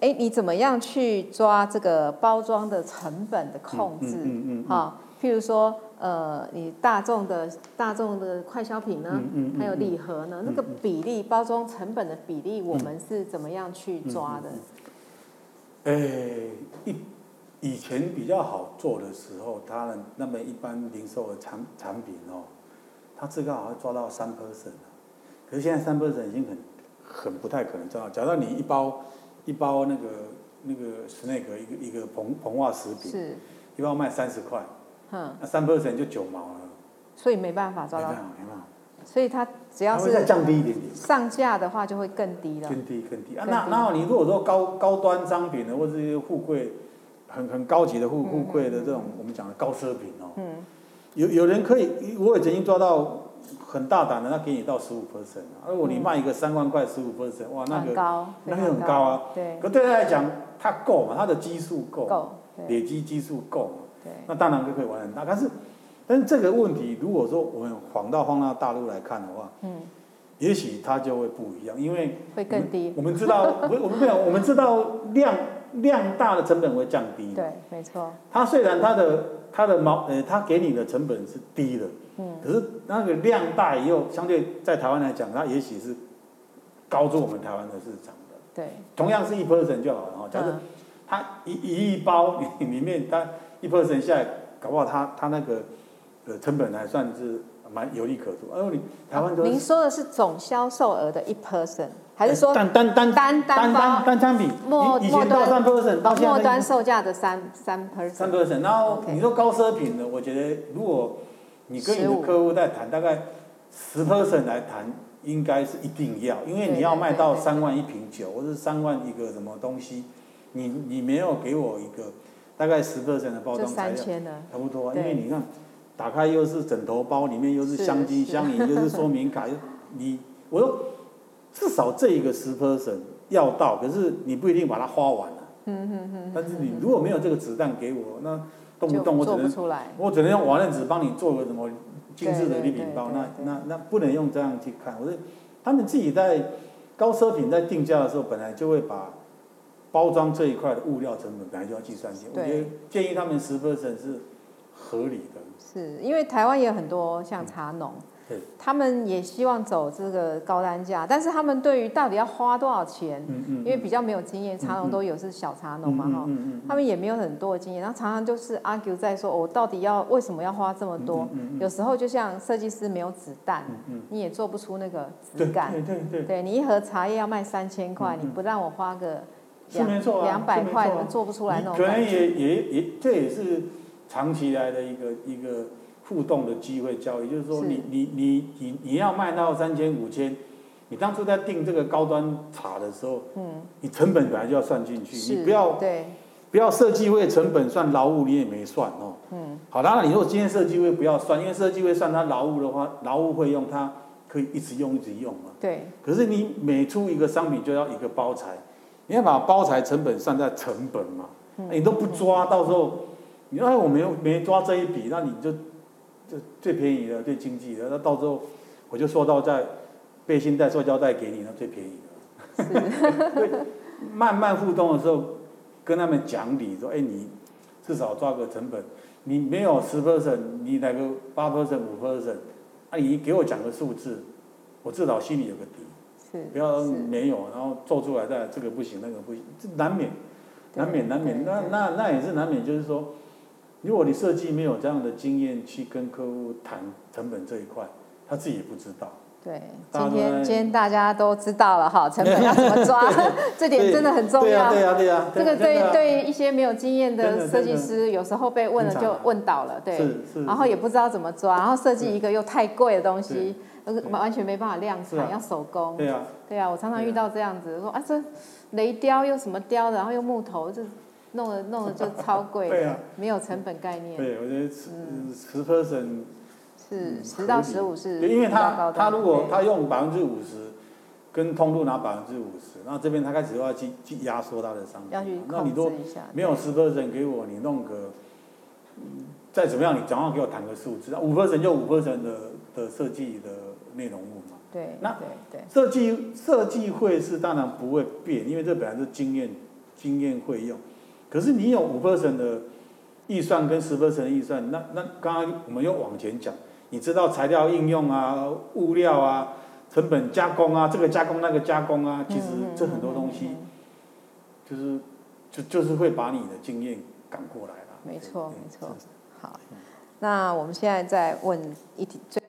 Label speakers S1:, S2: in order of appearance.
S1: 哎，你怎么样去抓这个包装的成本的控制？
S2: 嗯嗯嗯嗯
S1: 哈、譬如说，呃，你大众的大众的快消品呢，
S2: 嗯嗯嗯嗯
S1: 还有礼盒呢，那个比例包装成本的比例，我们是怎么样
S2: 嗯
S1: 去抓的？
S2: 诶，一以前比较好做的时候，他的那么一般零售的产产品哦，它最高好像抓到三 percent 啊可是现在三 percent 已经很很不太可能抓到。假如你一包一包那个那个 snake 一个一个膨膨化食品，
S1: 是，
S2: 一包卖三十块，
S1: 嗯，
S2: 那三 percent 就九毛了，
S1: 所以没办法
S2: 没
S1: 啊抓
S2: 办
S1: 到，
S2: 法没办法，
S1: 所以它只
S2: 它
S1: 要
S2: 会再
S1: 是
S2: 降低一点点。
S1: 上架的话，就会更低了。
S2: 更低更低啊！
S1: 更
S2: 那
S1: 低
S2: 然后你如果说高高端商品的，或者是富贵，很很高级的富富贵的这种，我们讲的高奢品哦，
S1: 嗯，
S2: 有有人可以，我也曾经抓到很大胆的，他给你到十五 percent 啊，如果你卖一个三万块十五 percent，哇，那
S1: 很
S2: 个，
S1: 高，
S2: 那
S1: 非
S2: 个
S1: 常
S2: 很高啊，
S1: 对，
S2: 可对他来讲，他够嘛，他的基数够，
S1: 够，对
S2: 累积基数够嘛，
S1: 对，
S2: 那当然就可以玩很大。但是，但是这个问题，如果说我们放到放到大陆来看的话，
S1: 嗯，
S2: 也许它就会不一样，因为。
S1: 会更低，
S2: 我们知道，我们我们没有，我们知道量量大的成本会降低。
S1: 对，没错，
S2: 它虽然它的它的毛呃，它给你的成本是低的，
S1: 嗯，
S2: 可是那个量大以后，相对在台湾来讲，它也许是高出我们台湾的市场的。
S1: 对，
S2: 同样是一 person 就好了哦哈，假设
S1: 嗯
S2: 它一一亿包 里面，它一 person 下来，搞不好它它那个呃成本还算是蛮有利可图。哎呦，你台湾都是
S1: 哦
S2: 哎
S1: 您说的是总销售额的一 person，还是说
S2: 单单单
S1: 单
S2: 单
S1: 单
S2: 单
S1: 包
S2: 单单比
S1: 末
S2: 以以前到
S1: 末
S2: 三 percent，到
S1: 哦末
S2: 现在
S1: 端售价的三三
S2: 三
S1: person？
S2: percent。然后
S1: OK
S2: 你说高奢品的，我觉得如果你跟你的
S1: 15
S2: 客户在谈，大概十 percent 来谈，应该是一定要，因为
S1: 对
S2: 你要
S1: 对
S2: 卖
S1: 对
S2: 到
S1: 对
S2: 三万一瓶酒，或者三万一个什么东西，你你没有给我一个大概十 percent 的包
S1: 就
S2: 装材
S1: 三
S2: 料，
S1: 千呢？
S2: 差不多啊，
S1: 对
S2: 因为你看打开又是枕头包，里面又是
S1: 是
S2: 香精
S1: 是
S2: 香银，又是说明卡，又 你我说至少这一个十 percent 要到，可是你不一定把它花完了、
S1: 嗯嗯嗯，
S2: 但是你如果没有这个子弹给我，那动不动
S1: 就
S2: 我只
S1: 做不
S2: 能
S1: 出来。
S2: 我只能用瓦楞纸帮你做个什么精致的礼品包，
S1: 对
S2: 那
S1: 对对
S2: 那那不能用这样去看。我是他们自己在高奢品在定价的时候，本来就会把包装这一块的物料成本本来就要计算进去。我
S1: 对
S2: 觉得建议他们十 percent 是合理的。
S1: 是因为台湾也有很多像茶农
S2: 嗯对，
S1: 他们也希望走这个高单价，但是他们对于到底要花多少钱，
S2: 嗯嗯，
S1: 因为比较没有经验，茶农都有是小茶农嘛哈。
S2: 嗯嗯
S1: 他们也没有很多的经验，然后常常就是 argue 在说，哦我到底要为什么要花这么多？有时候就像设计师没有子弹，
S2: 嗯嗯，
S1: 你也做不出那个质
S2: 对
S1: 感。
S2: 对对对，
S1: 对你一盒茶叶要卖三千块，
S2: 嗯嗯
S1: 你不让我花个
S2: 是
S1: 两
S2: 没错啊，
S1: 两百
S2: 是没错啊
S1: 块，我做不出来那种
S2: 可能
S1: 感觉。
S2: 也也也，这也是长期来的一个一个互动的机会交易，就是说
S1: 是
S2: 你你你你你要卖到三千五千，你当初在定这个高端茶的时候，
S1: 嗯，
S2: 你成本本来就要算进去，
S1: 是，
S2: 你不要
S1: 对，
S2: 不要设计费成本算劳务你也没算哦。
S1: 嗯，
S2: 好，当然你如果今天设计费不要算，因为设计费算它劳务的话，劳务费用它可以一直用一直用嘛。
S1: 对，
S2: 可是你每出一个商品就要一个包材，你要把包材成本算在成本嘛，
S1: 嗯
S2: 哎你都不抓，到时候你说哎我没有没抓这一笔，那你就就最便宜的最经济的，那到时候我就塑料袋、背心袋、塑胶袋给你，那最便宜的。
S1: 是，
S2: 慢慢互动的时候，跟他们讲理说，哎你至少抓个成本，你没有十 percent，你来个八 percent、五 percent，啊你给我讲个数字，我至少心里有个底。
S1: 是，
S2: 不要
S1: 是
S2: 没有，然后做出来再这个不行那个不行，这难免，
S1: 对
S2: 难免难免，
S1: 对
S2: 那
S1: 对
S2: 那那也是难免，就是说，如果你设计没有这样的经验去跟客户谈成本这一块，他自己也不知道。
S1: 对，
S2: 大家
S1: 今
S2: 都在
S1: 天今天大家都知道了 哈，成本要怎么抓， 这点真的很重
S2: 对呀
S1: 要
S2: 对。呀对呀，
S1: 这个
S2: 真的
S1: 对
S2: 啊
S1: 对一些没有经验
S2: 真
S1: 的
S2: 的真的
S1: 设计师，有时候被问了
S2: 很惨
S1: 就
S2: 啊
S1: 问倒了，对，
S2: 是是，
S1: 然后也不知道怎么抓，然后设计一个又太贵的东西，呃
S2: 对
S1: 完全没办法量
S2: 是啊
S1: 产，要手工。
S2: 对呀，
S1: 对啊，我常常遇到这样子，说啊这雷雕又什么雕的，然后又木头，这弄了弄了就超贵，
S2: 对啊，
S1: 没有成本概念，
S2: 对，我觉得十十 percent
S1: 是
S2: 嗯
S1: 十到
S2: 合理
S1: 十五嗯是
S2: 对，因为
S1: 比较
S2: 他
S1: 高端
S2: 他如果
S1: 对
S2: 他用百分之五十，跟通路拿百分之五十，那这边他开始又要去去压缩他的商品
S1: 要去
S2: 嘛，那你
S1: 控
S2: 都
S1: 制一下，
S2: 没有十 percent 给我，你弄个，嗯再怎么样，你总要给我谈个数字。五 percent 就五 percent 的的设计的内容物嘛。
S1: 对，
S2: 那
S1: 对对
S2: 设计设计会是当然不会变，因为这本来是经验经验会用。可是你有五 percent 的预算跟十 percent 的预算，那那刚刚我们又往前讲，你知道材料应用啊、物料啊、成本加工啊、这个加工那个加工啊，其实这很多东西
S1: 嗯嗯嗯嗯
S2: 就是就就是会把你的经验赶过来了。
S1: 没错
S2: 对
S1: 没错
S2: 是
S1: 嗯嗯好，那我们现在再问一题最